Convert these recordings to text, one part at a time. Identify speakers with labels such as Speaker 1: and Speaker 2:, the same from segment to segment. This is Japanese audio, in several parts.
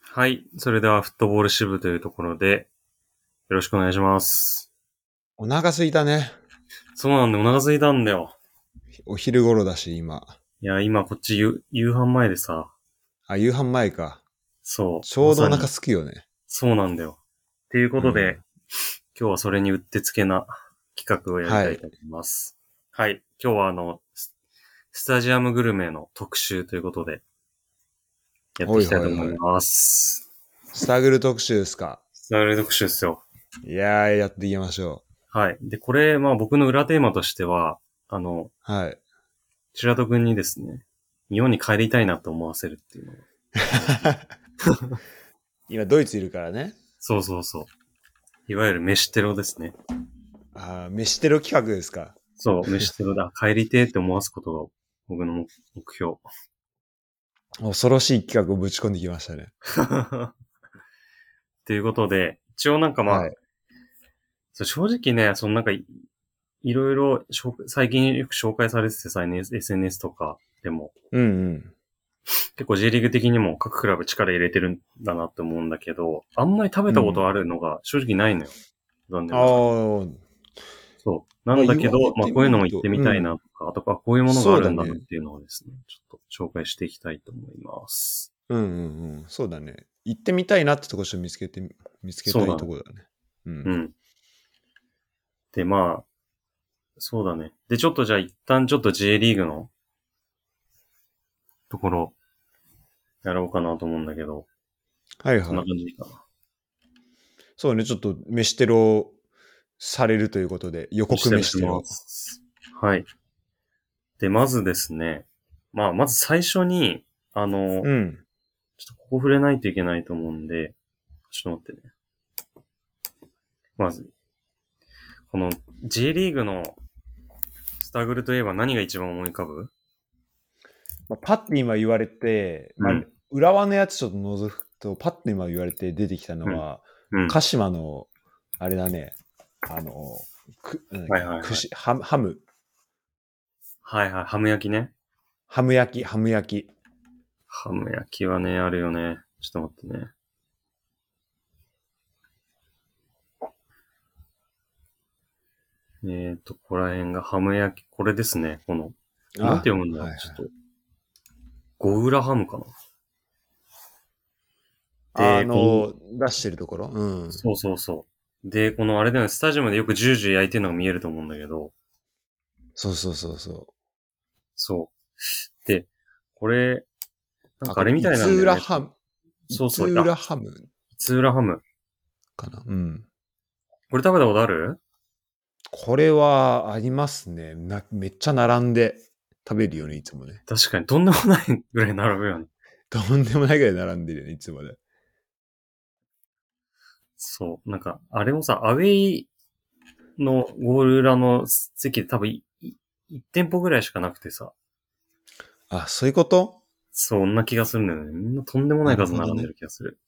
Speaker 1: はい。それでは、フットボール支部というところで、よろしくお願いします。
Speaker 2: お腹すいたね。
Speaker 1: そうなんで、お腹空いたんだよ。
Speaker 2: お昼頃だし、今。
Speaker 1: いや、今、こっち夕、夕飯前でさ、
Speaker 2: あ、夕飯前か。
Speaker 1: そう。
Speaker 2: ちょうどお
Speaker 1: まさ
Speaker 2: 腹
Speaker 1: に
Speaker 2: すくよね。
Speaker 1: そうなんだよ。っていうことで、
Speaker 2: うん
Speaker 1: 今日はそれにうってつけな企画をやりたいと思います。はい。今日は、あの、ススタジアムグルメの特集ということで、やっていきたいと思います。
Speaker 2: スタグル特集ですか。
Speaker 1: スタイル特集ですよ。
Speaker 2: いやー、やっていきましょ
Speaker 1: はい。で、これ、まあ僕の裏テーマとしては、あの、
Speaker 2: う。はい。
Speaker 1: 白戸くんにですね、日本に帰りたいなと思わせるっていうのが
Speaker 2: 今、ドイツいるからね。
Speaker 1: そうそうそう。いわゆる飯テロですね。
Speaker 2: あー飯テロ企画ですか。
Speaker 1: そう、飯テロだ。帰りてえって思わすことが僕の目 標。
Speaker 2: 恐ろしい企画をぶち込んできましたね。
Speaker 1: ということで、一応なんかまあ、
Speaker 2: はい
Speaker 1: そう正直ね、そのなんかい、いろいろ紹介、最近よく紹介されててさ、SNS SNS とかでも、
Speaker 2: うんうん。
Speaker 1: 結構 J リーグ的にも各クラブ力入れてるんだなって思うんだけど、あんまり食べたことあるのが正直ないのよ。残念
Speaker 2: あ
Speaker 1: ながら
Speaker 2: ー、
Speaker 1: そう。なんだけど
Speaker 2: まあ言わ、
Speaker 1: まあ
Speaker 2: 言ってみると
Speaker 1: こういうのも行ってみたいなとか、あとかこういうものがあるんだ
Speaker 2: そう
Speaker 1: なっ
Speaker 2: だね
Speaker 1: ていうのをですね、ちょっと紹介していきたいと思います。
Speaker 2: うんうんうん。そうだね。行ってみたいなってとこちょっと見つけて、見つけたい
Speaker 1: そうだね
Speaker 2: とこだね。うん。
Speaker 1: うん。で、まあ、そうだね。で、ちょっとじゃあ一旦ちょっと J リーグのところ、やろうかなと思うんだけど、
Speaker 2: はい
Speaker 1: そんな
Speaker 2: はい。
Speaker 1: 感じかな。
Speaker 2: そうね、ちょっと飯テロされるということで、予告飯テロ。
Speaker 1: はい。で、まずですね、まあ、まず最初に、あの、ちょっ
Speaker 2: うん。
Speaker 1: とここ触れないといけないと思うんで、ちょっと待ってね。まず、この J リーグのスタグルといえば何が一番思い浮かぶ
Speaker 2: まあ、パッて今言われて、まあ
Speaker 1: うん
Speaker 2: 浦和のやつちょっと覗くと、パッて今言われて出てきたのは、
Speaker 1: うん。
Speaker 2: 鹿島の、あれだね、あの、くなんだっ
Speaker 1: は
Speaker 2: け
Speaker 1: いはいはい
Speaker 2: 串ハムハム、
Speaker 1: はいはい、ハム焼きね。
Speaker 2: ハム焼き、ハム焼き。
Speaker 1: ハム焼きはね、あるよね。ちょっと待ってね。えっ、ー、と、ここら辺がハム焼き、これですね。この、なんて読むんだろう、
Speaker 2: はいはい
Speaker 1: ちょっと。ゴウラハムかな。
Speaker 2: あ
Speaker 1: で
Speaker 2: の、出してるところ。うん。
Speaker 1: そうそうそう。で、このあれだよね、スタジアムでよくジュージュー焼いてるのが見えると思うんだけど、
Speaker 2: そうそうそうそ
Speaker 1: そう。で、これ、
Speaker 2: う。
Speaker 1: なんかあれみたいなんだ
Speaker 2: ね。
Speaker 1: よ
Speaker 2: 津
Speaker 1: ね。
Speaker 2: 浦ハム。
Speaker 1: そうそう
Speaker 2: 津浦ハム
Speaker 1: ツーラハム。
Speaker 2: かな。うん。
Speaker 1: これ食べたことある
Speaker 2: これはありますね。なめっちゃ並んで食べるよね、いつもね。
Speaker 1: 確かに、とんでもないぐらい並ぶよね。
Speaker 2: とんでもないぐらい並んでるよね、いつもね。
Speaker 1: そう。なんか、あれもさ、アウェイのゴール裏の席で多分い、い1店舗ぐらいしかなくてさ、
Speaker 2: あ、そういうこと
Speaker 1: そんな気がするんだよね。みんなとんでもない数並んでる気がする。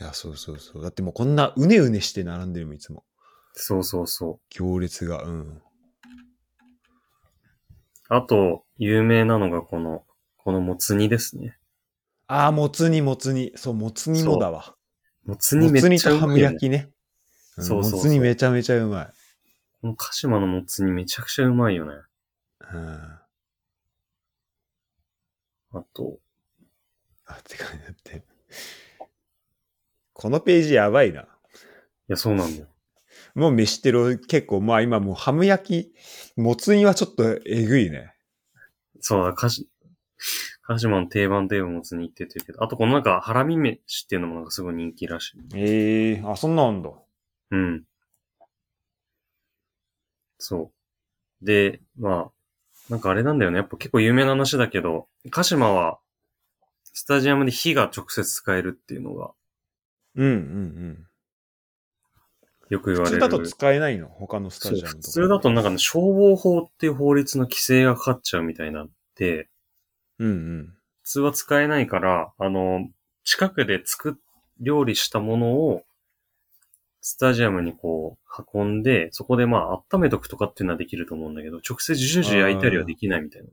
Speaker 2: いや、そうそうそう。だってもうこんなうねうねして並んでるもん、いつも。
Speaker 1: そうそうそ
Speaker 2: 行列が。うん。
Speaker 1: う。あと、有名なのがこの、このもつ煮ですね。
Speaker 2: ああ、もつ煮もつ煮。そう、もつ煮もだわ。
Speaker 1: もつ煮
Speaker 2: も
Speaker 1: めっ
Speaker 2: つ煮
Speaker 1: ちゃ
Speaker 2: と
Speaker 1: う
Speaker 2: ハ
Speaker 1: ま
Speaker 2: ム
Speaker 1: いよ、
Speaker 2: 焼
Speaker 1: ね。
Speaker 2: きね。ん
Speaker 1: そうそうそう
Speaker 2: もつ煮めちゃめちゃうまい。
Speaker 1: この鹿島のもつ煮めちゃくちゃうまいよね。
Speaker 2: うん。
Speaker 1: あと、
Speaker 2: あ、って感じだって。このページやばいな。
Speaker 1: いや、そうなんだよ。
Speaker 2: もう飯テロ結構、まあ今もうハム焼き、もつ煮はちょっとえぐいね。
Speaker 1: そうだ、鹿島、鹿島の定番といえばもつ煮って言ってるけど、あとこのなんか、ハラミ飯っていうのもなんかすごい人気らしい。
Speaker 2: ええあ、そんなんだ。
Speaker 1: うん。そう。で、まあ、なんかあれなんだよね。やっぱ結構有名な話だけど、鹿島は、スタジアムで火が直接使えるっていうのが、
Speaker 2: うんうんうん。
Speaker 1: よく言わ
Speaker 2: 普
Speaker 1: れ
Speaker 2: 通
Speaker 1: る。
Speaker 2: だと使えないの他のスタジ
Speaker 1: そ
Speaker 2: アム
Speaker 1: う
Speaker 2: とか。
Speaker 1: 普通だとなんかね、消防法っていう法律の規制がかかっちゃうみたいなんで、
Speaker 2: うんうん。
Speaker 1: 普通は使えないから、あの、近くで作っ、料理したものを、スタジアムにこう、運んで、そこでまあ、温めとくとかっていうのはできると思うんだけど、直接ジュージュー焼いたりはできないみたいな。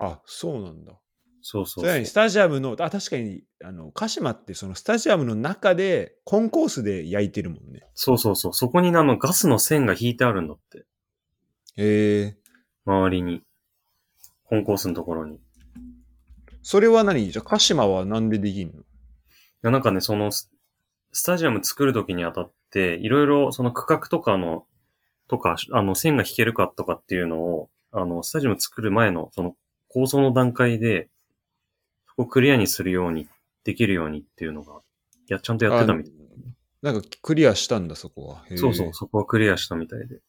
Speaker 2: あ、そうなんだ。
Speaker 1: そうそう
Speaker 2: それ
Speaker 1: そ
Speaker 2: なの
Speaker 1: う
Speaker 2: に。スタジアムの、あ、確かに、あの、鹿島ってそのスタジアムの中で、コンコースで焼いてるもんね。
Speaker 1: そうそうそう。そこにあのガスの線が引いてあるんだって。
Speaker 2: へえ。
Speaker 1: 周りに。本コースのところに。い
Speaker 2: それは何じゃあ、鹿島はなんでできんの
Speaker 1: やなんかね、そのス、スタジアム作るときにあたって、いろいろその区画とかの、とか、あの、線が引けるかとかっていうのを、あの、スタジアム作る前の、その、構想の段階で、そこをクリアにするように、できるようにっていうのが、いや、ちゃんとやってたみたい。
Speaker 2: なんかクリアしたんだ、そこは。へえ
Speaker 1: そうそう、そこはクリアしたみたいで。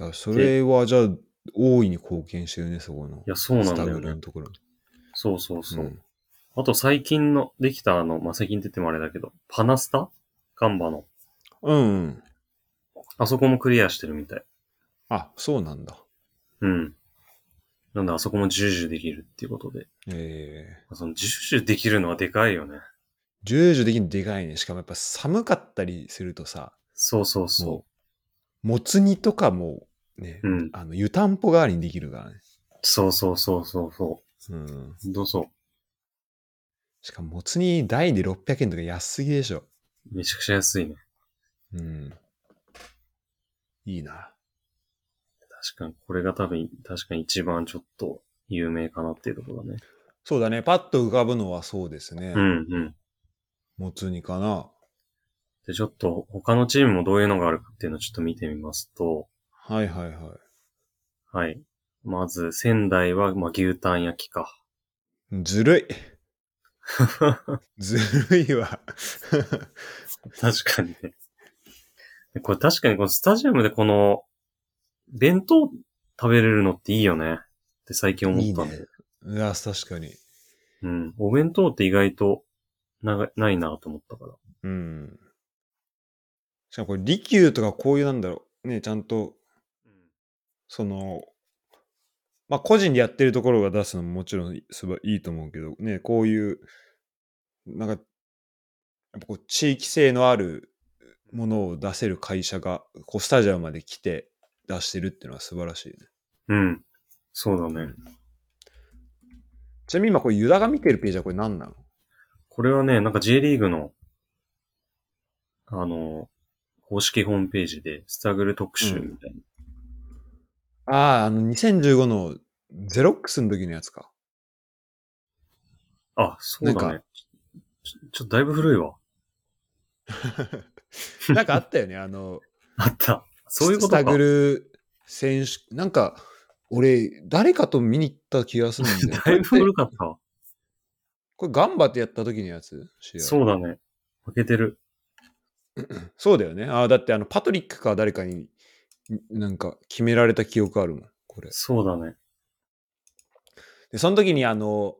Speaker 2: あそれは、じゃあ、大いに貢献してるね、そこの
Speaker 1: い。や、そうなんだ
Speaker 2: スタ
Speaker 1: よ
Speaker 2: グル
Speaker 1: ね
Speaker 2: の。ところ。
Speaker 1: そうそうそう。
Speaker 2: ん
Speaker 1: あと最近のできたあの、まあ、最近って言ってもあれだけど、パナスタガンバの。
Speaker 2: うんうん。
Speaker 1: あそこもクリアしてるみたい。
Speaker 2: あ、そうなんだ。
Speaker 1: うん。なんであそこもジュージュできるっていうことで。
Speaker 2: ええ
Speaker 1: そのジュージュできるのはでかいよね。
Speaker 2: ジュージュ的にでかいね。しかもやっぱ寒かったりするとさ、
Speaker 1: そうそうそ
Speaker 2: もう、もつ煮とかもね、
Speaker 1: う。うん。
Speaker 2: あの湯たんぽ代わりにできるからね。
Speaker 1: そうそうそうそうそ
Speaker 2: うん。
Speaker 1: う。どうぞ。
Speaker 2: しかももつ煮台で600円とか安すぎでしょ。
Speaker 1: めちゃくちゃ安いね。
Speaker 2: うん。いいな。
Speaker 1: 確かに、これが多分、確かに一番ちょっと有名かなっていうところだね。
Speaker 2: そうだね。パッと浮かぶのはそうですね。
Speaker 1: うんうん。
Speaker 2: もつ煮かな。
Speaker 1: で、ちょっと他のチームもどういうのがあるかっていうのをちょっと見てみますと、
Speaker 2: はいはいはい。
Speaker 1: はい。まず、仙台は、まあ、牛タン焼きか。
Speaker 2: ず るい。ずるいわ。
Speaker 1: 確かにね。これ確かにこのスタジアムでこの、弁当食べれるのっていいよね。って最近思った
Speaker 2: いい
Speaker 1: んだ
Speaker 2: ね
Speaker 1: よ。
Speaker 2: いや、確かに。
Speaker 1: うん。お弁当って意外とな、ないなと思ったから。
Speaker 2: うん。しかもこれ、利休とかこういうなんだろう。ね、ちゃんと、その、まあ、個人でやってるところが出すのももちろんすばいいと思うけど、ね、こういう、なんか、やっぱこう、地域性のあるものを出せる会社が、こう、スタジアムまで来て出してるっていうのは素晴らしいね。
Speaker 1: うん。そうだね。
Speaker 2: ちなみに今、これ、ユダが見てるページはこれ何なの
Speaker 1: これはね、なんか J リーグの、あの、公式ホームページで、スタグル特集みたいな。
Speaker 2: ああ、あの、2015のゼロックスの時のやつ か。
Speaker 1: あ、そうだ
Speaker 2: なん
Speaker 1: ね。ちょ、ちょっとだいぶ古いわ。
Speaker 2: なんかあったよね、あ の、
Speaker 1: あった。そういうことか。
Speaker 2: スタグル選手、なんか、俺、誰かと見に行った気がするん だよ。
Speaker 1: だいぶ古かったわ。
Speaker 2: これ、ガンバってやった時のやつ試合
Speaker 1: そうだね。負けてる。
Speaker 2: そうだよね。ああ、だって、あの、パトリックか誰かに、なんか、決められた記憶あるもん、これ。
Speaker 1: そうだね。
Speaker 2: で、その時に、あの、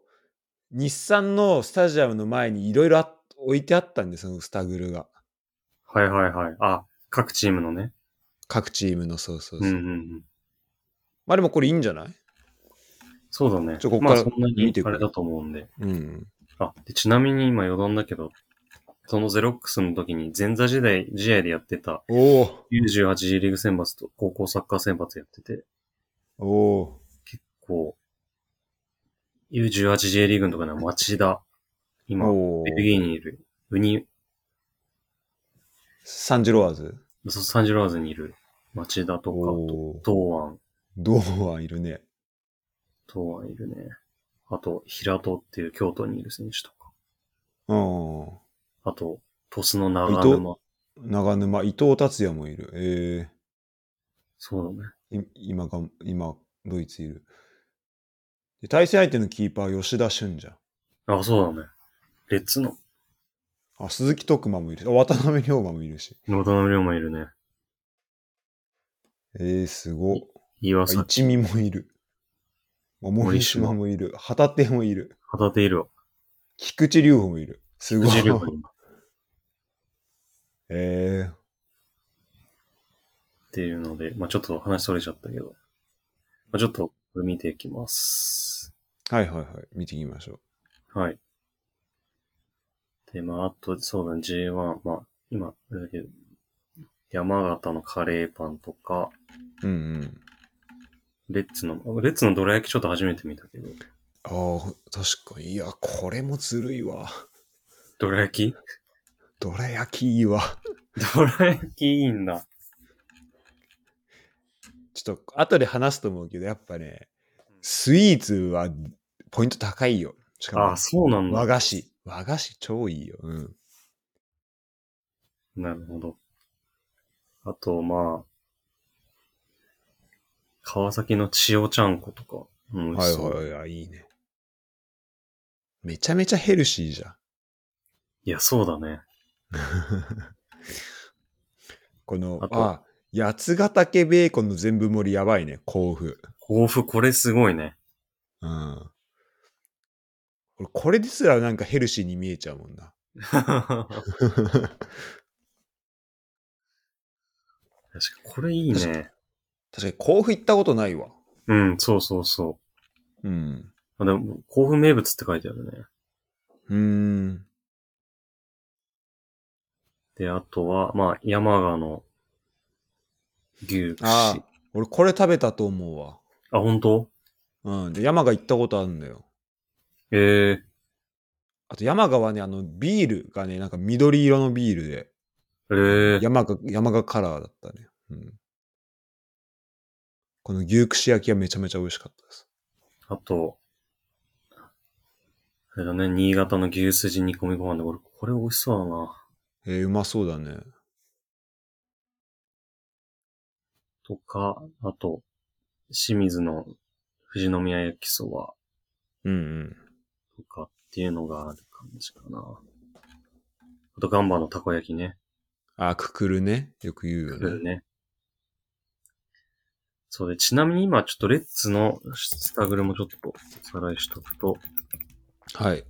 Speaker 2: 日産のスタジアムの前にいろいろあ置いてあったんですよ、そのスタグルが。
Speaker 1: はいはいはい。あ、各チームのね。
Speaker 2: 各チームの、そうそう
Speaker 1: う
Speaker 2: そう。
Speaker 1: んうんうん。
Speaker 2: まあでもこれいいんじゃない
Speaker 1: そうだね。
Speaker 2: ちょこっか
Speaker 1: ま
Speaker 2: ら
Speaker 1: あそんな
Speaker 2: 見
Speaker 1: に
Speaker 2: てい
Speaker 1: あ
Speaker 2: く
Speaker 1: れだと思うんで。
Speaker 2: うん。
Speaker 1: あ、でちなみに今余談だけど、そのゼロックスの時に前座時代、試合でやってた
Speaker 2: おお
Speaker 1: 98G リーグ選抜と高校サッカー選抜やってて、
Speaker 2: おお
Speaker 1: こう、U18J リーグのとかの町田、今、
Speaker 2: お
Speaker 1: ベルギーにいる、ウニ、
Speaker 2: サンジロワーズ。
Speaker 1: そうサンジロワーズにいる町田とか、
Speaker 2: おー
Speaker 1: 東安、
Speaker 2: 堂安いるね。
Speaker 1: 東安いるね。あと、平戸っていう京都にいる選手とか。
Speaker 2: うん。
Speaker 1: あと、鳥栖の
Speaker 2: 伊
Speaker 1: 長
Speaker 2: 藤
Speaker 1: 沼。
Speaker 2: 長沼、伊藤達也もいる。え
Speaker 1: そうだね。
Speaker 2: え今が、今、ドイツいる。で対戦相手のキーパー、吉田俊じゃん。
Speaker 1: あ、そうだね。レッツの
Speaker 2: あ、鈴木徳馬もいるし、あ渡辺龍馬もいるし。
Speaker 1: 渡辺龍馬いるね。
Speaker 2: ええすごっ。
Speaker 1: 岩
Speaker 2: あ
Speaker 1: 崎、
Speaker 2: 一味もいる。あ森島もいる。旗手もいる。
Speaker 1: 旗手いるわ。
Speaker 2: 菊池龍歩もいる。すごい。
Speaker 1: 藤井龍馬いるわ
Speaker 2: ええ
Speaker 1: っていうので、まあちょっと話それちゃったけど。まあちょっと、これ見ていきます。
Speaker 2: はいはいはい。見ていきましょ
Speaker 1: はい。で、まああと、そうだね、J1、まあ今、あれだけど、山形のカレーパンとか、
Speaker 2: う。うんうん。
Speaker 1: レッツの、レッツのどら焼きちょっと初めて見たけど、
Speaker 2: ああ、確かに。いや、これもずるいわ。
Speaker 1: どら焼き
Speaker 2: どら焼きいいわ。
Speaker 1: どら焼きいいんだ。
Speaker 2: ちょっと、後で話すと思うけど、やっぱね、スイーツはポイント高いよ。しかも、
Speaker 1: ああ、そうなんだ。
Speaker 2: 和菓子。和菓子超いいよ。うん。
Speaker 1: なるほど。あと、まあ、川崎の塩ちゃんことか。うん、美味
Speaker 2: は
Speaker 1: し
Speaker 2: い
Speaker 1: そう
Speaker 2: はいはい、いいね。めちゃめちゃヘルシーじゃん。
Speaker 1: いや、そうだね。
Speaker 2: この、
Speaker 1: あと
Speaker 2: あ八ヶ岳ベーコンの全部盛りやばいね、甲府。
Speaker 1: 抱負これすごい ね。
Speaker 2: うん。俺これですらなんかヘルシーに見えちゃうもんな。
Speaker 1: 確か
Speaker 2: 確
Speaker 1: に、これいいね。
Speaker 2: かに甲府行ったことないわ。
Speaker 1: うん、そうそうそ
Speaker 2: うん。
Speaker 1: う。あでも、甲府名物って書いてあるね。
Speaker 2: うーん。
Speaker 1: で、あとは、まあ、山鹿の牛串。
Speaker 2: あ
Speaker 1: あ
Speaker 2: あ、俺これ食べたと思うわ。
Speaker 1: 本当
Speaker 2: うん。で、山が行ったことあるんだよ。
Speaker 1: ええ
Speaker 2: あと山川ね、あの、ビールがね、なんか緑色のビールで、
Speaker 1: ええ
Speaker 2: 山が、山がカラーだったね。うん。この牛串焼きはめちゃめちゃ美味しかったです。
Speaker 1: あと、あれだね、新潟の牛すじ煮込みご飯で、これ、これ美味しそうだな。
Speaker 2: えーうまそうだね。
Speaker 1: とか、あと、清水の富士宮焼きそば
Speaker 2: うんうん。
Speaker 1: とかっていうのがある感じかな。あと、ガンバのたこ焼きね。
Speaker 2: あ、くくるね。よく言うよ
Speaker 1: くる
Speaker 2: ね。
Speaker 1: ね。そうで、ちなみに今ちょっとレッツのスタグルもちょっとおさらいしとくと、
Speaker 2: はい。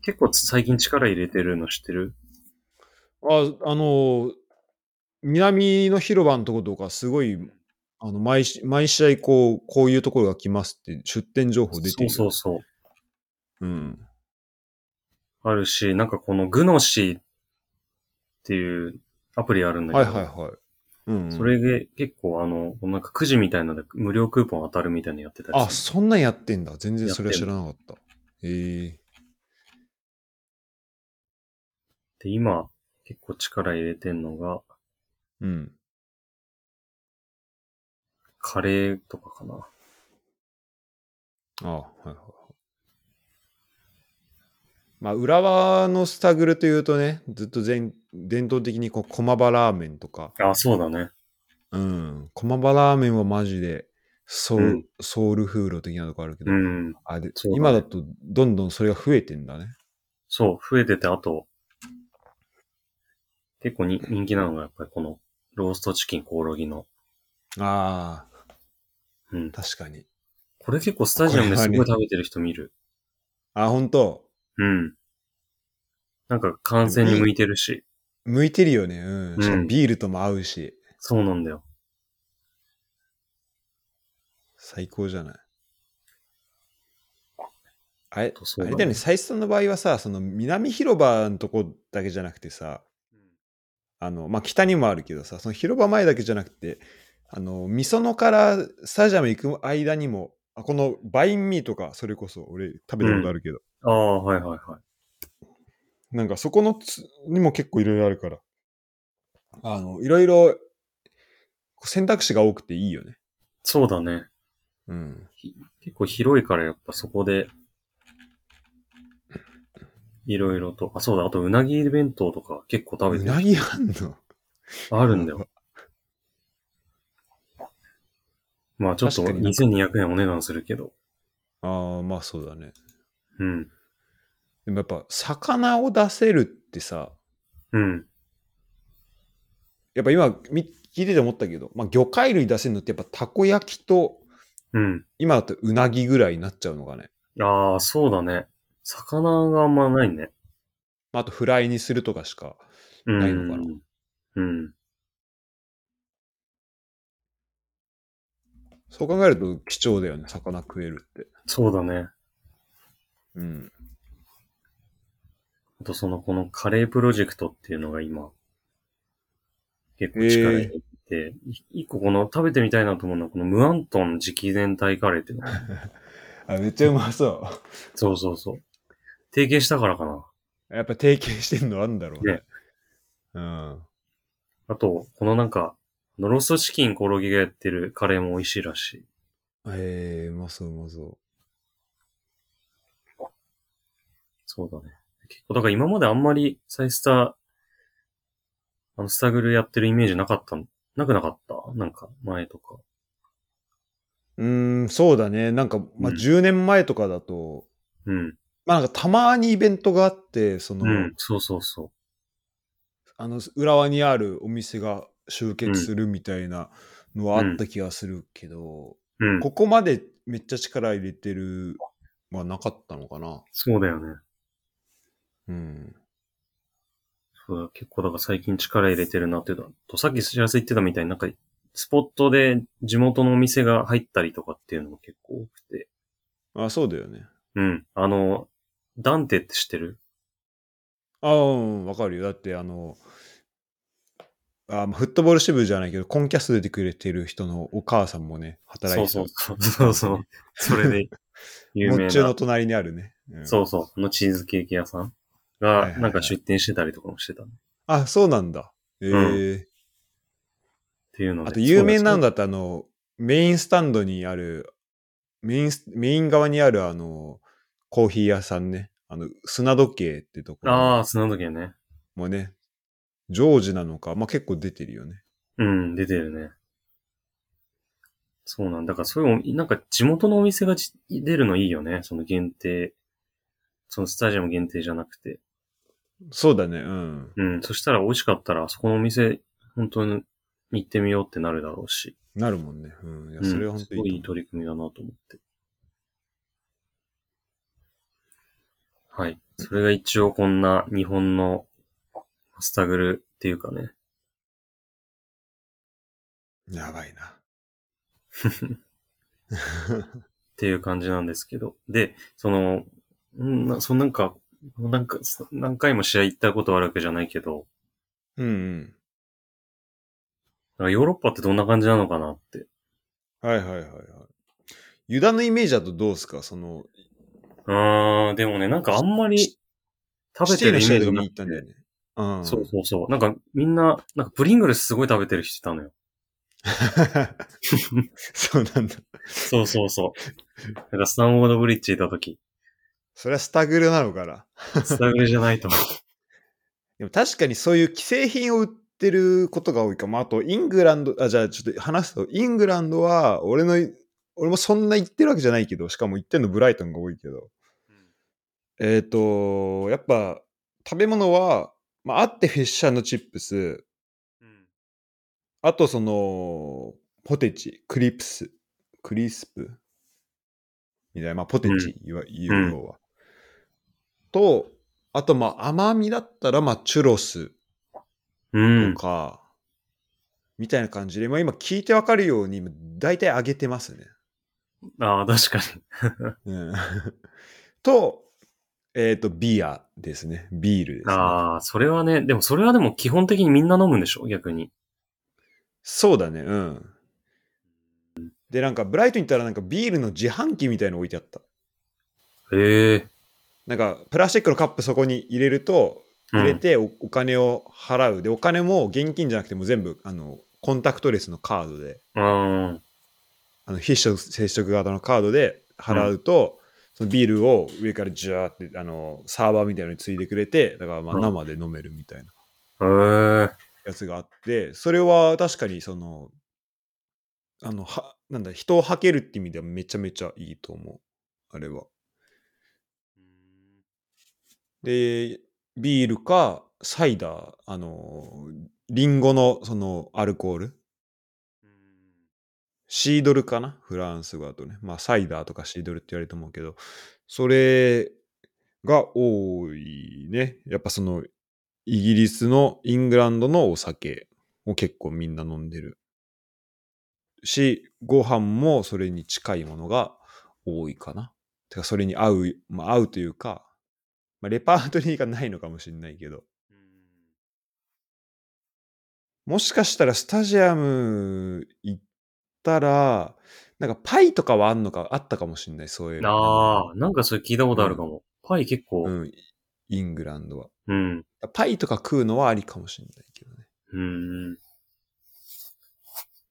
Speaker 1: 結構最近力入れてるの知ってる
Speaker 2: あ、あのー南の広場のとことか、すごい、あの、毎し、毎試合、こう、こういうところが来ますって、出店情報出て
Speaker 1: そ
Speaker 2: る。
Speaker 1: うそうそう。
Speaker 2: う。うん。
Speaker 1: あるし、なんかこのグノシーっていうアプリあるんだ
Speaker 2: はい
Speaker 1: け
Speaker 2: はい
Speaker 1: ど、
Speaker 2: はい。うん、うん。
Speaker 1: それで結構あの、なんかくじみたいので無料クーポン当たるみたいなのやってたり
Speaker 2: あ、
Speaker 1: す
Speaker 2: そんなんやってんだ。全然それは知らなかった。へえ
Speaker 1: る。で、今結構力入れてんのが、
Speaker 2: うん。
Speaker 1: カレーとかかな。
Speaker 2: あはいはいはい。まあ、浦和のスタグルというとね、ずっと全伝統的にこう駒場ラーメンとか、
Speaker 1: あ、そうだね。
Speaker 2: うん、駒場ラーメンはマジでソウ,、ル
Speaker 1: うん
Speaker 2: ソウルフード的なとこあるけど、
Speaker 1: うん。
Speaker 2: あで
Speaker 1: そうだね
Speaker 2: 今だとどんどんそれが増えてんだね。
Speaker 1: そう、増えてて、あと、結構に人気なのが、やっぱりこの、ローストチキンコオロギの。
Speaker 2: ああ、
Speaker 1: うん。
Speaker 2: 確かに。
Speaker 1: これ結構スタジアムですごい食べてる人見る。
Speaker 2: あ、本当
Speaker 1: うん。なんか感染に向いてるし。
Speaker 2: 向いてるよね。うん。しか
Speaker 1: う
Speaker 2: も
Speaker 1: ん
Speaker 2: ビールとも合うし、
Speaker 1: そうなんだよ。
Speaker 2: 最高じゃない。あれ
Speaker 1: とそうだ
Speaker 2: あれ
Speaker 1: ね
Speaker 2: だよね、サイスさんの場合はさ、その南広場のとこだけじゃなくてさ、あの、まあ、北にもあるけどさ、その広場前だけじゃなくて、あの、みそのからスタジアム行く間にも、あこのバインミーとか、それこそ俺食べたことあるけど、
Speaker 1: ああ、はいはいはい。
Speaker 2: なんかそこのつにも結構いろいろあるから、あの、いろいろ選択肢が多くていいよね。
Speaker 1: そうだね。
Speaker 2: うん。
Speaker 1: 結構広いからやっぱそこで、いろいろと。あ、そうだ。あと、うなぎ弁当とか結構食べ
Speaker 2: う
Speaker 1: てる。
Speaker 2: なぎあんの
Speaker 1: あるんだよ。まあちょっと
Speaker 2: 確かになんか
Speaker 1: 2200円お値段するけど。
Speaker 2: ああ、まあそうだね。
Speaker 1: うん。
Speaker 2: でもやっぱ魚を出せるってさ、
Speaker 1: うん。
Speaker 2: やっぱ今み聞いてて思ったけど、まあ、魚介類出せるのってやっぱたこ焼きと
Speaker 1: うん。
Speaker 2: 今だとうなぎぐらいになっちゃうのがね、
Speaker 1: ああ、そうだね。魚があんまないね。
Speaker 2: まあ、あとフライにするとかしか
Speaker 1: うん。
Speaker 2: ないのかな
Speaker 1: うん。
Speaker 2: そう考えると貴重だよね魚食えるって
Speaker 1: そうだね。
Speaker 2: うん
Speaker 1: あとその、このカレープロジェクトっていうのが今、結構力入れてて、い一個この食べてみたいなと思うのは、このムアントン直伝体カレーっていうのが
Speaker 2: あ、めっちゃうまそ
Speaker 1: そうそうそう。提携したからかな。
Speaker 2: う。 やっぱ提携してんのあんだろうね。
Speaker 1: ね
Speaker 2: うん。
Speaker 1: あと、このなんか、のロスチキンコオロギがやってるカレーも美味しいらしい。
Speaker 2: ええうまそううまそ
Speaker 1: そうだね。結構、だから今まであんまりサイスター、あの、スタグルやってるイメージなかったん、なくなかったなんか、前とか。
Speaker 2: う。うーん、そうだね。なんか、まあ、
Speaker 1: うん
Speaker 2: 10年前とかだと、
Speaker 1: うん。
Speaker 2: まあなんかたまにイベントがあって、その、
Speaker 1: うん。そうそうそ
Speaker 2: あの、浦和にあるお店が集結するみたいなのはあった気がするけど、
Speaker 1: う。うん。
Speaker 2: ここまでめっちゃ力入れてるのはなかったのかな。
Speaker 1: そうだよね。
Speaker 2: うん。
Speaker 1: そうだ、結構だから最近力入れてるなっていうのと、さっき幸せ言ってたみたいになんか、スポットで地元のお店が入ったりとかっていうのも結構多くて。
Speaker 2: あ、そうだよね。
Speaker 1: うん。あの、ダンテって知ってる
Speaker 2: ああ、うん、わかるよ。だって、あの、あまあフットボール支部じゃないけど、コンキャスト出てくれてる人のお母さんもね、働
Speaker 1: そ
Speaker 2: いうてた
Speaker 1: そうそう。そうそう。それで、有名
Speaker 2: もっちゅう
Speaker 1: な
Speaker 2: の。隣にあるね。うん
Speaker 1: そうそう。あのチーズケーキ屋さん
Speaker 2: は
Speaker 1: が
Speaker 2: いはいは、い
Speaker 1: なんか出店してたりとかもしてたね、
Speaker 2: あ、そうなんだ。ええ
Speaker 1: っていうので。
Speaker 2: あと、有名なん
Speaker 1: だ。
Speaker 2: だって、あの、メインスタンドにある、メインス、メイン側にある、あの、コーヒー屋さんね。あの、砂時計ってとこ
Speaker 1: ああ、
Speaker 2: ろ
Speaker 1: 砂時計ね。
Speaker 2: もね、ジョージなのか、まあ、結構出てるよね。
Speaker 1: うん、出てるね。そうなんだ。から、そういうお、なんか地元のお店がじ出るのいいよね。その限定。そのスタジアム限定じゃなくて。
Speaker 2: そうだね、うん。
Speaker 1: うん。そしたら美味しかったら、そこのお店、本当に行ってみようってなるだろうし。
Speaker 2: なるもんね。うん。いや、
Speaker 1: うん
Speaker 2: それは本当
Speaker 1: すごい
Speaker 2: に
Speaker 1: いい取り組みだなと思って。はい。それが一応こんな日本のスタグルっていうかね。
Speaker 2: やばいな。
Speaker 1: っていう感じなんですけど。で、その、んな、そのなんか、なんか、そ何回も試合行ったことあるわけじゃないけど、
Speaker 2: うんうん。
Speaker 1: なんかヨーロッパってどんな感じなのかなって。
Speaker 2: はいはいはいはい。ユダのイメージだとどうすかその、
Speaker 1: うーん、でもね、なんかあんまり
Speaker 2: し
Speaker 1: 食べ
Speaker 2: シ
Speaker 1: て
Speaker 2: テ
Speaker 1: る
Speaker 2: ィの
Speaker 1: イ
Speaker 2: 試
Speaker 1: メー
Speaker 2: 合
Speaker 1: ジ
Speaker 2: で
Speaker 1: が
Speaker 2: 見
Speaker 1: な
Speaker 2: に
Speaker 1: く
Speaker 2: 行ったんだよ
Speaker 1: て。
Speaker 2: ね。うん。
Speaker 1: そうそうそう。なんかみんな、なんかプリングルスすごい食べてる人いたのよ。
Speaker 2: そうなんだ。
Speaker 1: そうそう そう。なんかスタンフォードブリッジいた時、
Speaker 2: それはスタグルなのかな。
Speaker 1: スタグルじゃない と思う。
Speaker 2: でも確かにそういう既製品を売ってることが多いかも。あと、イングランド、あ、じゃあちょっと話すと、イングランドは、俺の、俺もそんな行ってるわけじゃないけど、しかも行ってんのブライトンが多いけど。えっ、と、やっぱ、食べ物は、まあ、あってフィッシュチップス、
Speaker 1: うん
Speaker 2: あとその、ポテチ、クリプス、クリスプみたいな、まあ、ポテチ、いわ言うようは。と、あと、まあ、甘みだったら、まあ、チュロス。
Speaker 1: うん
Speaker 2: と。か、みたいな感じで、まあ、今聞いてわかるように、大体上げてますね。
Speaker 1: ああ、確 かに。
Speaker 2: うん、 と、えっ、と、ビアですね。ビールです、ね。
Speaker 1: ああ、それはね、でもそれはでも基本的にみんな飲むんでしょ逆に。
Speaker 2: そうだね、うん。で、なんか、ブライトに行ったら、なんかビールの自販機みたいの置いてあった。
Speaker 1: へえ。
Speaker 2: なんか、プラスチックのカップそこに入れると、
Speaker 1: うん
Speaker 2: 入れてお,、お金を払う。で、お金も現金じゃなくてもう全部、あの、コンタクトレスのカードで
Speaker 1: あ
Speaker 2: あの非接触型のカードで払うと、そのビールを上からジャーってあのサーバーみたいなのについてくれてだからまあ
Speaker 1: うん
Speaker 2: 生で飲めるみたいな
Speaker 1: あ。へえ。
Speaker 2: やつがあってそれは確かにそのあのはなんだ人をはけるって意味ではめちゃめちゃいいと思うあれはでビールかサイダーあのリンゴのそのアルコールシードルかなフランス語だとね。まあ、サイダーとかシードルって言われると思うけど、それが多いね。やっぱその、イギリスのイングランドのお酒を結構みんな飲んでる。し、ご飯もそれに近いものが多いかな。てか、それに合う、まあ合うというか、まあ、レパートリーがないのかもしれないけど、もしかしたらスタジアム行ったら、なんかパイとかはあんのか、あったかもしんない、そういう。
Speaker 1: ああ、なんかそれ聞いたことあるかも。パイ結構、う、
Speaker 2: うんん、イングランドは。
Speaker 1: うん。
Speaker 2: パイとか食うのはありかもしんないけどね。
Speaker 1: うん。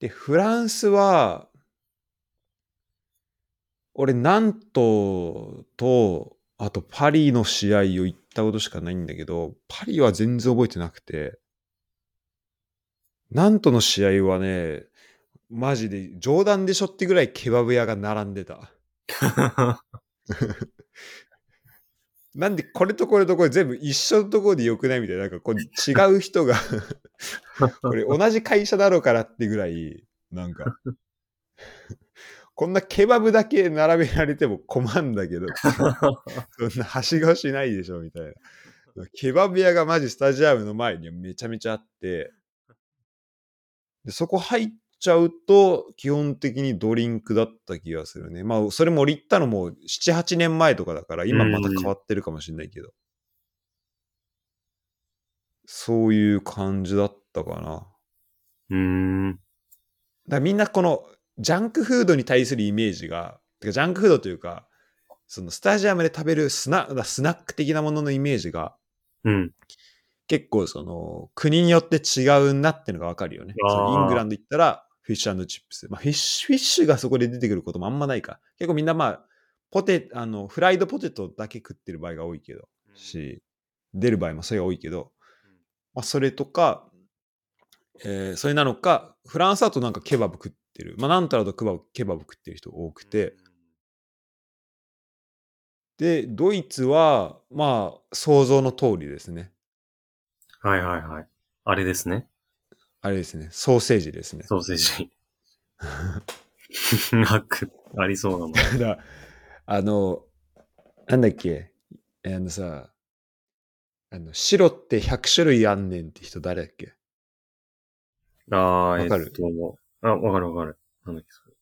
Speaker 2: で、フランスは、俺、なんと、と、あとパリの試合を行ったことしかないんだけど、パリは全然覚えてなくて、なんとの試合はね、マジで冗談でしょってぐらいケバブ屋が並んでた。なんでこれとこれとこれ全部一緒のところでよくないみたいな、なんかこう違う人がこれ同じ会社だろうからってぐらい、なんか、こんなケバブだけ並べられても困んだけど、そんなはしごしないでしょみたいな。ケバブ屋がマジスタジアムの前にめちゃめちゃあって、でそこ入っちゃうと、基本的にドリンクだった気がするね。まあ、それも俺行ったのも7、8年前とかだから、今また変わってるかもしれないけど。そういう感じだったかな。
Speaker 1: うん。
Speaker 2: だからみんなこのジャンクフードに対するイメージが、てかジャンクフードというか、そのスタジアムで食べるスナだスナック的なもののイメージが、
Speaker 1: うん。
Speaker 2: 結構その国によって違うなってのがわかるよね。
Speaker 1: あー
Speaker 2: そのイングランド行ったらフィッシュチップス。まあフィッシュ、フィッシュがそこで出てくることもあんまないか。結構みんなまあ、ポテ、あの、フライドポテトだけ食ってる場合が多いけど、し、出る場合もそれが多いけど、まあ、それとか、えーそれなのか、フランスだとなんかケバブ食ってる。まあ、なんたらとケバブケバブ食ってる人多くて、で、ドイツは、まあ、想像の通りですね。
Speaker 1: はいはいはい。あれですね。
Speaker 2: あれですね、ソーセージですね。
Speaker 1: ソーセー ジ。なく、ありそうなの。
Speaker 2: ただ、あの、なんだっけ、あのさ、あの、白って100種類あんねんって人誰だっけ
Speaker 1: あー、
Speaker 2: わかる
Speaker 1: えっと、あ、わかるわかる。なんだっけ、それ。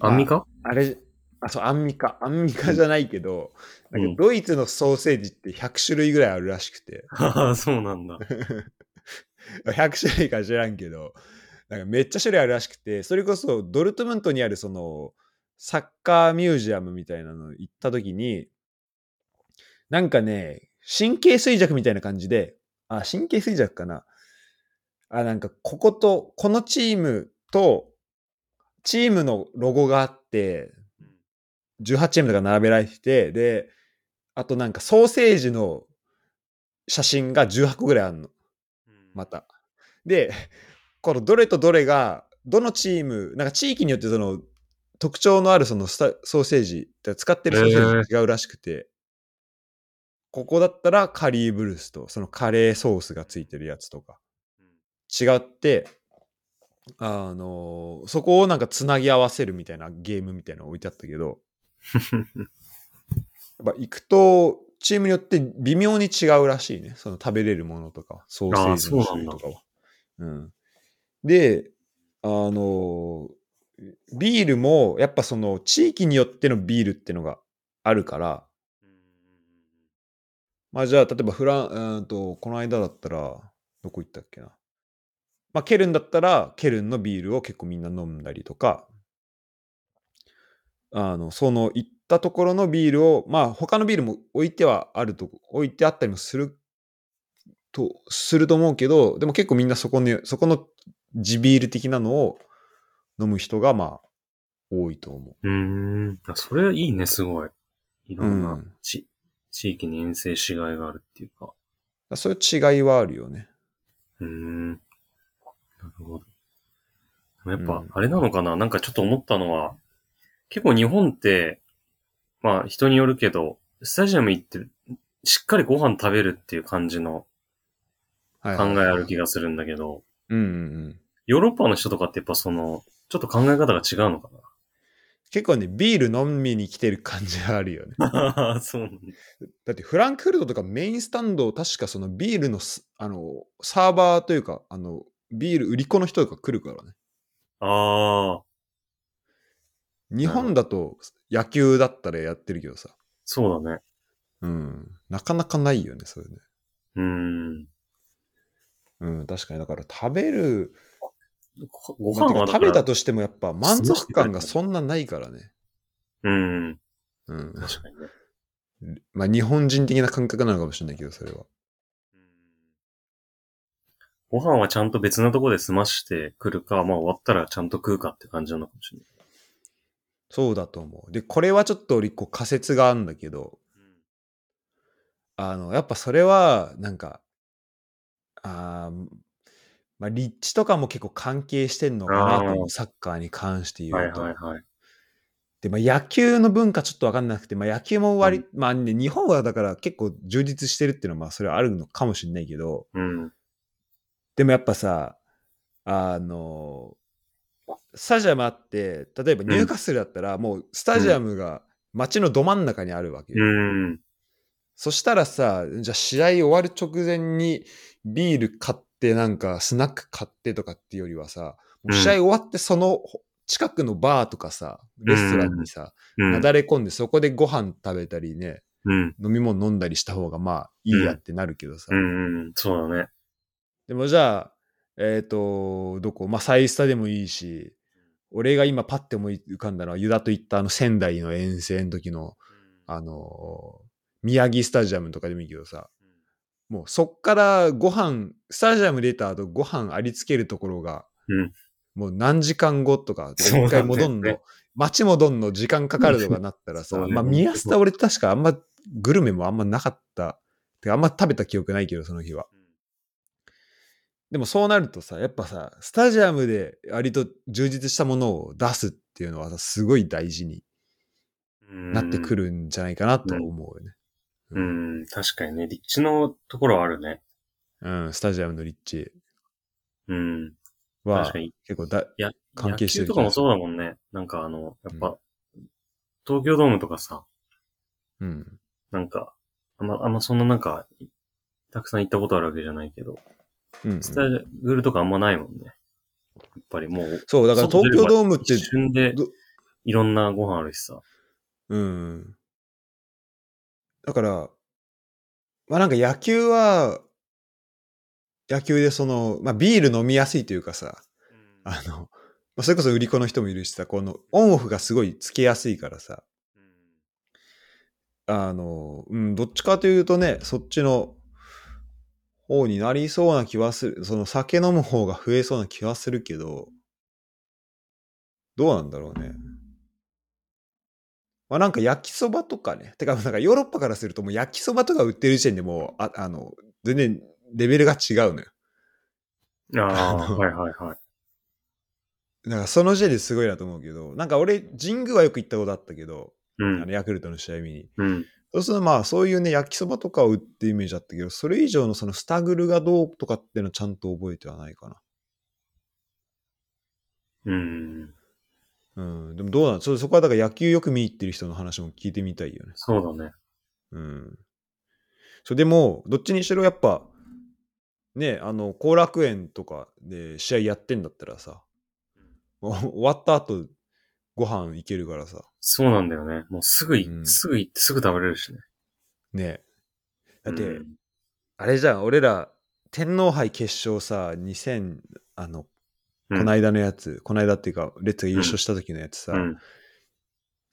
Speaker 1: アンミカ
Speaker 2: あれ、あ、そう、アンミカ。アンミカじゃないけど、
Speaker 1: うん
Speaker 2: なんかドイツのソーセージって100種類ぐらいあるらしくて、
Speaker 1: ああ、 そうなんだ。
Speaker 2: 100種類か知らんけど、なんかめっちゃ種類あるらしくて、それこそドルトムントにあるそのサッカーミュージアムみたいなの行った時に、なんかね、神経衰弱みたいな感じで、あ、神経衰弱かな。あ、なんかここと、このチームと、チームのロゴがあって、18チームとか並べられてて、で、あとなんかソーセージの写真が18個ぐらいあるの。また。で、 このどれとどれが、どのチーム、なんか地域によってその特徴のあるそのスタソーセージ、使ってるソーセージが違うらしくて、ここだったらカリーブルースと、そのカレーソースがついてるやつとか、違って、あのそこをなんかつなぎ合わせるみたいなゲームみたいなの置いてあったけ ど、やっぱ行くと、チームによって微妙に違うらしいね。その食べれるものとか、ソーセージの種類とかは。うん。で、あの、ビールも、やっぱその地域によってのビールってのがあるから、まあじゃあ、例えばフラン、うーんと、この間だったら、どこ行ったっけな。まあ、ケルンだったら、ケルンのビールを結構みんな飲んだりとか、あの、その行ったところのビールを、まあ、他のビールも置いてはあると、置いてあったりもする、と、すると思うけど、でも結構みんなそこに、そこの地ビール的なのを飲む人が、まあ、多いと思う。
Speaker 1: うーん。あそれはいいね、すごい。いろん
Speaker 2: う
Speaker 1: なん地、地域に遠征しがいがあるっていうか。
Speaker 2: そういう違いはあるよね。
Speaker 1: うーん。なるほど。でもや
Speaker 2: う
Speaker 1: っ
Speaker 2: ん
Speaker 1: ぱ、あれなのかな、なんかちょっと思ったのは、結構日本って、まあ人によるけど、スタジアム行って、しっかりご飯食べるっていう感じの
Speaker 2: は
Speaker 1: 考
Speaker 2: いはい
Speaker 1: えある気がするんだけど、
Speaker 2: うんうんうん。
Speaker 1: ヨーロッパの人とかってやっぱその、ちょっと考え方が違うのか
Speaker 2: 結構ね、ビール飲みに来てる感じがあるよね。
Speaker 1: なそうなんだ。
Speaker 2: だってフランクフルトとかメインスタンドを確かそのビールのすあのサーバーというか、あの、ビール売り子の人とか来るからね。
Speaker 1: ああ、
Speaker 2: 日本だと野球だったらやってるけどさ。
Speaker 1: そうだね。
Speaker 2: うん。なかなかないよね、それね。
Speaker 1: うーん。
Speaker 2: うん、確かに。だから食べる
Speaker 1: ご
Speaker 2: ま
Speaker 1: 飯
Speaker 2: あてか
Speaker 1: はだか
Speaker 2: 食べ
Speaker 1: ら
Speaker 2: たとしてもやっぱ満足感がそんなないからね。
Speaker 1: うん。
Speaker 2: うん。
Speaker 1: 確かにね。
Speaker 2: まあ日本人的な感覚なのかもしれないけど、それは。
Speaker 1: うんご飯はちゃんと別なとこで済ましてくるか、まあ終わったらちゃんと食うかって感じなのかもしれない。
Speaker 2: そうだと思う。で、これはちょっと俺こう仮説があるんだけど、あの、やっぱそれは、なんか、あーまあ、立地とかも結構関係してんのかなと思
Speaker 1: あ
Speaker 2: う、サッカーに関して言
Speaker 1: はいう
Speaker 2: と。
Speaker 1: はいはい。
Speaker 2: で、まあ、野球の文化ちょっとわかんなくて、まあ、野球も割り、まあ、ね、日本はだから結構充実してるっていうのは、まあ、それはあるのかもしれないけど、
Speaker 1: うん。
Speaker 2: でもやっぱさ、あの、スタジアムあって、例えばニューカッスルだったら、もうスタジアムが街のど真ん中にあるわけよ。
Speaker 1: うん。
Speaker 2: そしたらさ、じゃあ試合終わる直前にビール買ってなんかスナック買ってとかっていうよりはさ、もう試合終わってその近くのバーとかさ、レストランにさ、
Speaker 1: うん。
Speaker 2: なだれ込んでそこでご飯食べたりね、
Speaker 1: うん。
Speaker 2: 飲み物飲んだりした方がまあいいやってなるけどさ。
Speaker 1: うんうん。そうだね。
Speaker 2: でもじゃあ、えっ、と、どこまあサイスタでもいいし、俺が今パッて思い浮かんだのはユダと行ったあの仙台の遠征の時の、あの宮城スタジアムとかでもいいけどさ、もうそっからご飯、スタジアム出た後ご飯ありつけるところが、
Speaker 1: うん
Speaker 2: もう何時間後とか、
Speaker 1: そうなん
Speaker 2: 一
Speaker 1: だよ
Speaker 2: 回
Speaker 1: ね
Speaker 2: 戻んの、街戻んの時間かかるとかなったらさ、
Speaker 1: そうね
Speaker 2: まあ宮下俺確かあんまグルメもあんまなかった、てかあんま食べた記憶ないけどその日は。でもそうなるとさ、やっぱさ、スタジアムで割と充実したものを出すっていうのはさすごい大事になってく
Speaker 1: る。
Speaker 2: るんじゃないかなと思うよね。
Speaker 1: うん。確かにね。立地のところはあるね。
Speaker 2: うん、スタジアムの立地
Speaker 1: うん。
Speaker 2: は
Speaker 1: 確かに。
Speaker 2: 結構だ、
Speaker 1: いや、
Speaker 2: 関係してる
Speaker 1: 野球とかもそうだもんね。なんかあの、やっぱ、
Speaker 2: う
Speaker 1: 東京ドームとかさ、
Speaker 2: うん、
Speaker 1: なんか、あんま、あんまそんななんか、たくさん行ったことあるわけじゃないけど、
Speaker 2: うんうん
Speaker 1: スタジグルとかあんまないもんね。やっぱりもう、
Speaker 2: そう、だから東京ドームって
Speaker 1: 一、瞬で
Speaker 2: ど、
Speaker 1: いろんなご飯あるしさ。
Speaker 2: うん。だから、まあなんか野球は、野球でその、まあビール飲みやすいというかさ、あの、まあそれこそ売り子の人もいるしさ、このオンオフがすごいつけやすいからさ、あの、うん、どっちかというとね、そっちの方になりそうな気はする。その酒飲む方が増えそうな気はするけど、どうなんだろうね。まあなんか焼きそばとかね。てか、なんかヨーロッパからするともう焼きそばとか売ってる時点でもう、ああの、全然レベルが違うのよ。
Speaker 1: あ
Speaker 2: あ
Speaker 1: あ、
Speaker 2: の
Speaker 1: はいはいはい。
Speaker 2: なんかその時点ですごいなと思うけど、なんか俺、神宮はよく行ったことあったけど、
Speaker 1: う
Speaker 2: あの
Speaker 1: ん。
Speaker 2: ヤクルトの試合見に。
Speaker 1: うん。
Speaker 2: そうするとまあそういうね焼きそばとかを売ってイメージだったけどそれ以上のそのスタグルがどうとかっていうのはちゃんと覚えてはないか
Speaker 1: うん。
Speaker 2: なうんでもどうなんそそこはだから野球よく見に行ってる人の話も聞いてみたいよね
Speaker 1: そうだね。
Speaker 2: うんそれでもどっちにしろやっぱねあの後楽園とかで試合やってんだったらさもう終わった後ご飯行けるからさ
Speaker 1: そうなんだよね。もうすぐい、
Speaker 2: うん
Speaker 1: すぐ行ってすぐ食べれるしね。
Speaker 2: ねだって、
Speaker 1: うん
Speaker 2: あれじゃん俺ら天皇杯決勝さ2000あの
Speaker 1: うん
Speaker 2: この間のやつ、この間っていうか、レッツが優勝した時のやつさ、
Speaker 1: うん。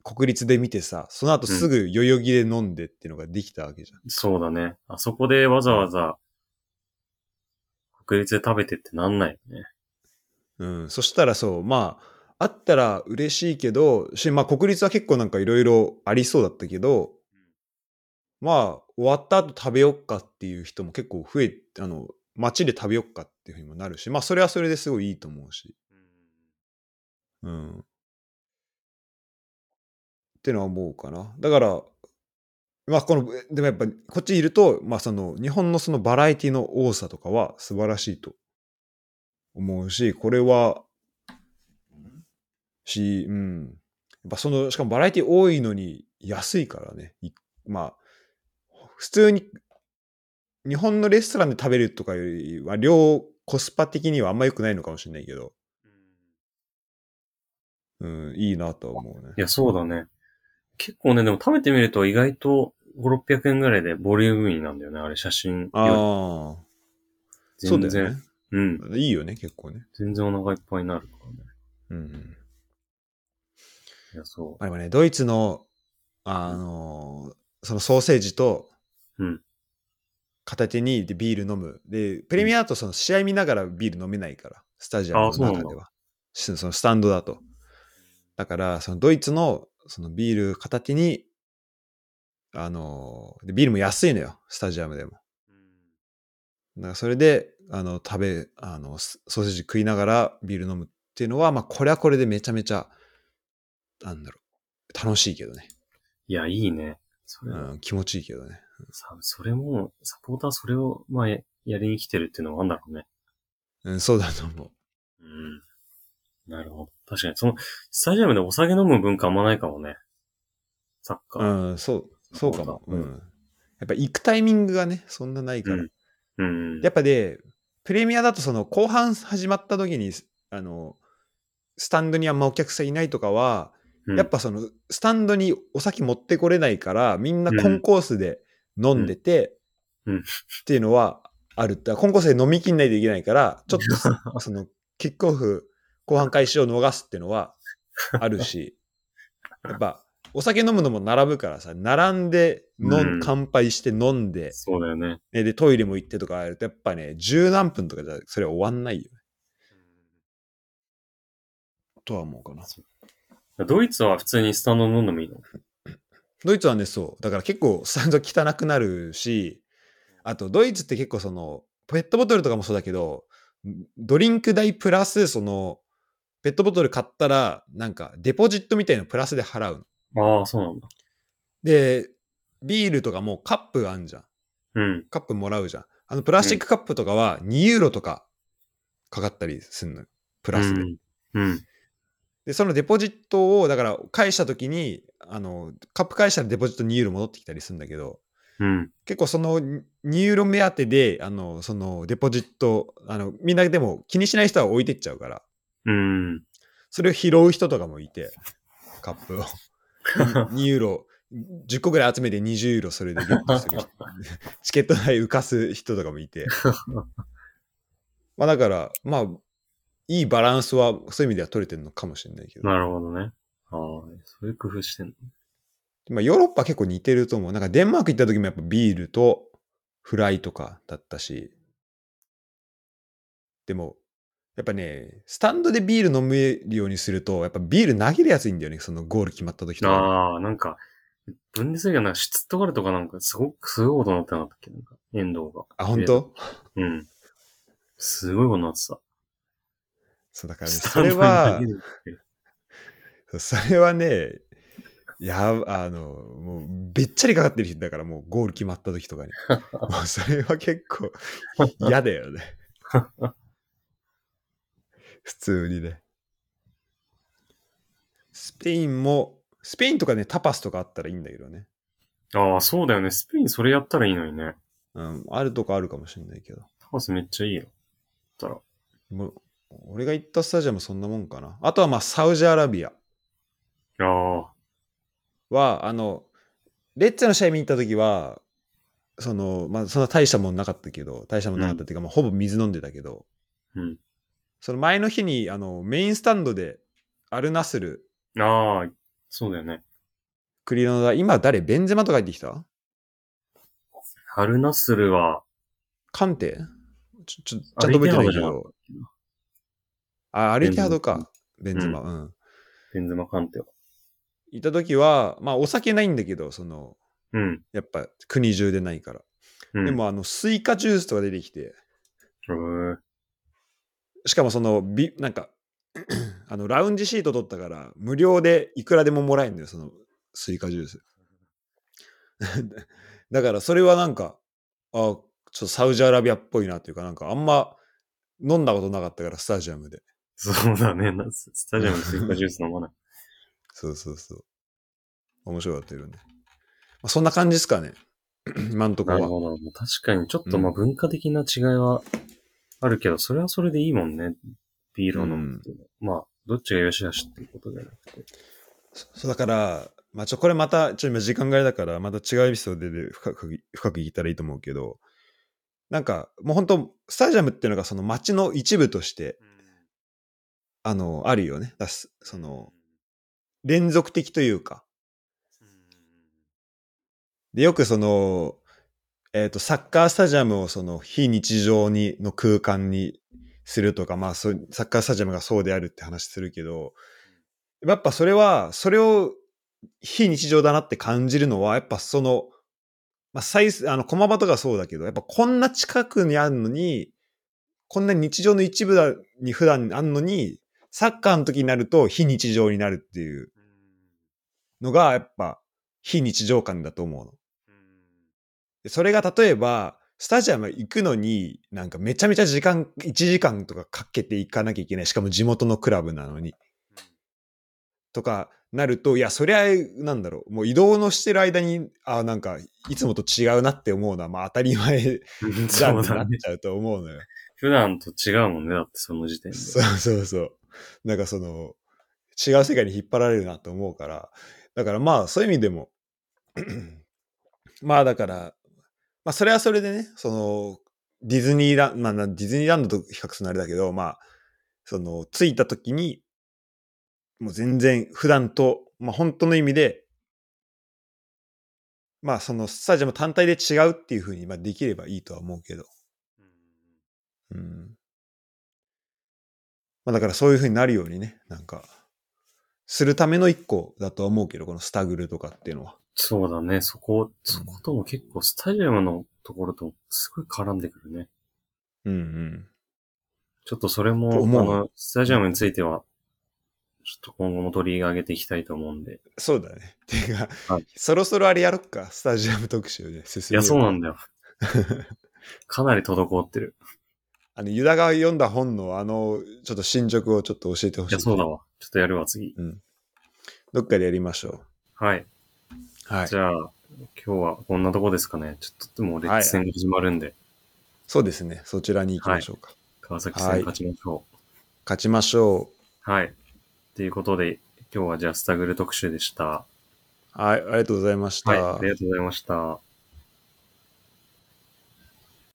Speaker 2: 国立で見てさ、その後すぐ代々木で飲んでっていうのができたわけじゃん。
Speaker 1: そうだね。あそこでわざわざ、国立で食べてってなんないよね。
Speaker 2: うん。そしたらそう、まあ、あったら嬉しいけど、し、まあ国立は結構なんかいろいろありそうだったけど、まあ、終わった後食べよっかっていう人も結構増え、あの、街で食べよっかっていうふうにもなるし、まあそれはそれですごいいいと思うし。うん。ってのは思うかな。だから、まあこの、でもやっぱこっちいると、まあその日本のそのバラエティの多さとかは素晴らしいと思うし、これは、し、うん。やっぱその、しかもバラエティ多いのに安いからね。いまあ、普通に日本のレストランで食べるとかよりは、量コスパ的にはあんま良くないのかもしれないけど、うん、いいなとは思うね
Speaker 1: い。や、そうだね。結構ね、でも食べてみると意外と5、600円ぐらいでボリュームインなんだよね。あれ写真より
Speaker 2: ああ。そうだよね。
Speaker 1: うん。
Speaker 2: いいよね、結構ね。
Speaker 1: 全然お腹いっぱいになるからね。
Speaker 2: うんうん。
Speaker 1: いや、そ
Speaker 2: あれもね、ドイツの、あのーそのソーセージと、
Speaker 1: うん
Speaker 2: 片手にでビール飲む。で、プレミアだとその試合見ながらビール飲めないから、スタジアム
Speaker 1: あそうな
Speaker 2: の
Speaker 1: んだ
Speaker 2: 中では。しそのスタンドだと。だから、そのドイツのそのビール片手に、あのーでビールも安いのよ、スタジアムでも。
Speaker 1: う。
Speaker 2: だからそれで、あの、食べ、あの、スソーセージ食いながらビール飲むっていうのは、まあ、これはこれでめちゃめちゃ、なんだろう、楽しいけどね。
Speaker 1: いや、いいね。それは
Speaker 2: うん、気持ちいいけどね。
Speaker 1: さ、それも、サポーターそれを、まあ、ややりに来てるっていうのはあんだろうね。
Speaker 2: うん、そうだと思う。
Speaker 1: うん。なるほど。確かに、その、スタジアムでお酒飲む文化あんまないかもね。サッカー。
Speaker 2: うん、そう、そうかも。
Speaker 1: そう
Speaker 2: う
Speaker 1: だ
Speaker 2: ん
Speaker 1: う。
Speaker 2: やっぱ行くタイミングがね、そんなないから。
Speaker 1: うんうん。
Speaker 2: やっぱで、プレミアだとその後半始まった時に、あの、スタンドにあんまお客さんいないとかは、
Speaker 1: うん
Speaker 2: やっぱそのスタンドにお酒持ってこれないから、みんなコンコースで飲んでて、
Speaker 1: うんうん
Speaker 2: っていうのはあるって、コンコースで飲みきんないといけないから、ちょっと そのキックオフ後半開始を逃すっていうのはあるし、やっぱお酒飲むのも並ぶからさ、並んで飲ん
Speaker 1: うん
Speaker 2: 乾杯して飲んで、
Speaker 1: そうだよね。
Speaker 2: ねで、トイレも行ってとかやると、やっぱね、十何分とかじゃそれは終わんないよ。とは思うかな。
Speaker 1: ドイツは普通にスタンド飲んでもいいの
Speaker 2: ドイツはね、そう。だから結構スタンド汚くなるし、あとドイツって結構その、ペットボトルとかもそうだけど、ドリンク代プラス、その、ペットボトル買ったら、なんかデポジットみたいなのプラスで払うの。
Speaker 1: ああ、そうなんだ。
Speaker 2: で、ビールとかもカップあんじゃん。
Speaker 1: うん。
Speaker 2: カップもらうじゃん。あのプラスチックカップとかは2ユーロとかかかったりすんのよ。プラスで。
Speaker 1: うん。うん。
Speaker 2: で、そのデポジットを、だから返した時に、あの、カップ返したらデポジット2ユーロ戻ってきたりするんだけど、
Speaker 1: うん。
Speaker 2: 結構そのに2ユーロ目当てで、あの、そのデポジット、あの、みんなでも気にしない人は置いてっちゃうから、
Speaker 1: うん。
Speaker 2: それを拾う人とかもいて、カップを。2ユーロ、10個ぐらい集めて20ユーロそれでゲットする人。チケット代浮かす人とかもいて。まあだから、まあ、いいバランスはそういう意味では取れてるのかもしれないけど。
Speaker 1: なるほどね。ああ、そういう工夫してんの。
Speaker 2: まあ、ヨーロッパ結構似てると思う。なんかデンマーク行った時もやっぱビールとフライとかだったし。でも、やっぱね、スタンドでビール飲めるようにすると、やっぱビール投げるやついいんだよね。そのゴール決まった時とか。
Speaker 1: ああ、なんか、分裂がなんか、シュツットガルとかなんか、すごく、すごいことになってなかったっけなんか、遠藤が。
Speaker 2: あ、本当
Speaker 1: うん。すごいことになってた。
Speaker 2: そうだからね、それは、 それはね、やば、あの、もう、べっちゃりかかってる人だから、もうゴール決まった時とかに。もうそれは結構、嫌だよね。 普通にね。スペインも、スペインとかね、タパスとかあったらいいんだけどね。
Speaker 1: ああ、そうだよね。スペインそれやったらいいのにね。
Speaker 2: うん、あるとかあるかもしれないけど。
Speaker 1: タパスめっちゃいいよ。だったら。
Speaker 2: もう俺が行ったスタジアムそんなもんかな。あとはまあ、サウジアラビア。
Speaker 1: あ
Speaker 2: は、あの、レッツェの試合見に行った時は、その、まあ、そんな大したもんなかったけど、大したもんなかったっていうか、まあ、ほぼ水飲んでたけど、
Speaker 1: うん
Speaker 2: その前の日に、あの、メインスタンドで、アルナスル、
Speaker 1: あ。ああ、そうだよね。
Speaker 2: クリロナダ、今誰ベンゼマとか入ってきた
Speaker 1: ハルナスルは、
Speaker 2: カンテちょ、ちょ、ちゃんと覚えてない
Speaker 1: アルイテハド
Speaker 2: け
Speaker 1: じゃな
Speaker 2: ど。あ、アルイテハドか。ベ
Speaker 1: ン
Speaker 2: ン
Speaker 1: ゼ
Speaker 2: ゼ
Speaker 1: マ
Speaker 2: マ、うん。
Speaker 1: ベンゼマカンテは。
Speaker 2: いた時は、まあ、お酒ないんだけど、その、
Speaker 1: うん。
Speaker 2: やっぱ、国中でないから。
Speaker 1: うん、
Speaker 2: で、も、あの、スイカジュースとか出てきて、
Speaker 1: へー
Speaker 2: しかもそのビなんか あのラウンジシート取ったから無料でいくらでももらえるのよそのスイカジュース だからそれはなんかあちょっとサウジアラビアっぽいなっていうかなんかあんま飲んだことなかったからスタジアムで
Speaker 1: そうだね。なススタジアムでスイカジュース飲まない。
Speaker 2: そうそうそう面白かったよね、まあ、そんな感じですかね 今んとこ
Speaker 1: なる
Speaker 2: は
Speaker 1: ほど。確かにちょっ
Speaker 2: う
Speaker 1: と
Speaker 2: ん
Speaker 1: まあ文化的な違いはあるけど、それはそれでいいもんね。ビールを飲むっていうのはまあ、どっちが良し悪しっていうことじゃなくて。
Speaker 2: そうだからまあちょこれまたちょ今時間外だからまた違うエピソードで深く深く聞いたらいいと思うけどなんか、もう本当スタジアムっていうのがその街の一部として、あの、あるよね。だすその、連続的というか。で、よくその、えっ、と、サッカースタジアムをその、非日常に、の空間にするとか、まあそう、サッカースタジアムがそうであるって話するけど、やっぱそれは、それを非日常だなって感じるのは、やっぱその、まあ、最、あの、駒場とかそうだけど、やっぱこんな近くにあるのに、こんな日常の一部だに普段あるのに、サッカーの時になると非日常になるっていうのが、やっぱ非日常感だと思うの。でそれが例えば、スタジアム行くのに、なんかめちゃめちゃ時間、1時間とかかけて行かなきゃいけない。しかも地元のクラブなのに。とかなると、いや、そりゃ、なんだろう。もう移動のしてる間に、あなんか、いつもと違うなって思うのは、まあ当たり前
Speaker 1: うん
Speaker 2: だ
Speaker 1: そ
Speaker 2: っ
Speaker 1: う
Speaker 2: てな
Speaker 1: だ
Speaker 2: っ
Speaker 1: ね。
Speaker 2: ちゃうと思うのよ。
Speaker 1: 普段と違うもんね、だってその時点で。
Speaker 2: そう そうそう。なんかその、違う世界に引っ張られるなと思うから。だからまあ、そういう意味でも、 まあだから、まあそれはそれでね、その、ディズニーランド、まあなディズニーランドと比較するのあれだけど、まあ、その、着いた時に、もう全然普段と、まあ本当の意味で、まあそのスタジアム単体で違うっていうふうに、まあできればいいとは思うけど。うん。まあだからそういう風になるようにね、なんか、するための一個だとは思うけど、このスタグルとかっていうのは。
Speaker 1: そうだね、そこ、そことも結構スタジアムのところとすごい絡んでくるね。
Speaker 2: うんうん。
Speaker 1: ちょっとそれも、
Speaker 2: 思う
Speaker 1: あの、スタジアムについては、ちょっと今後も取り上げていきたいと思うんで。
Speaker 2: そうだね。ていうか、
Speaker 1: はい
Speaker 2: そろそろあれやろっか、スタジアム特集で進
Speaker 1: いや、そうなんんだよ。かなり滞ってる。
Speaker 2: あの、ユダが読んだ本のあの、ちょっと進捗をちょっと教えてほし
Speaker 1: い
Speaker 2: い。
Speaker 1: や、そうだわ。ちょっとやるわ、次。
Speaker 2: どっかでやりましょ
Speaker 1: はい。
Speaker 2: う。はい
Speaker 1: じ。ゃあ、今日はこんなとこですかね。ちょっと、でも、レッツ戦が始まるんで、
Speaker 2: そうですね。そちらに行きましょうか。
Speaker 1: 川崎戦勝ちましょ
Speaker 2: 勝ちましょ
Speaker 1: う。はい。ということで、今日はじゃあ、スタグル特集でした。
Speaker 2: う。はい。ありがとうございました。
Speaker 1: はい。ありがとうございました。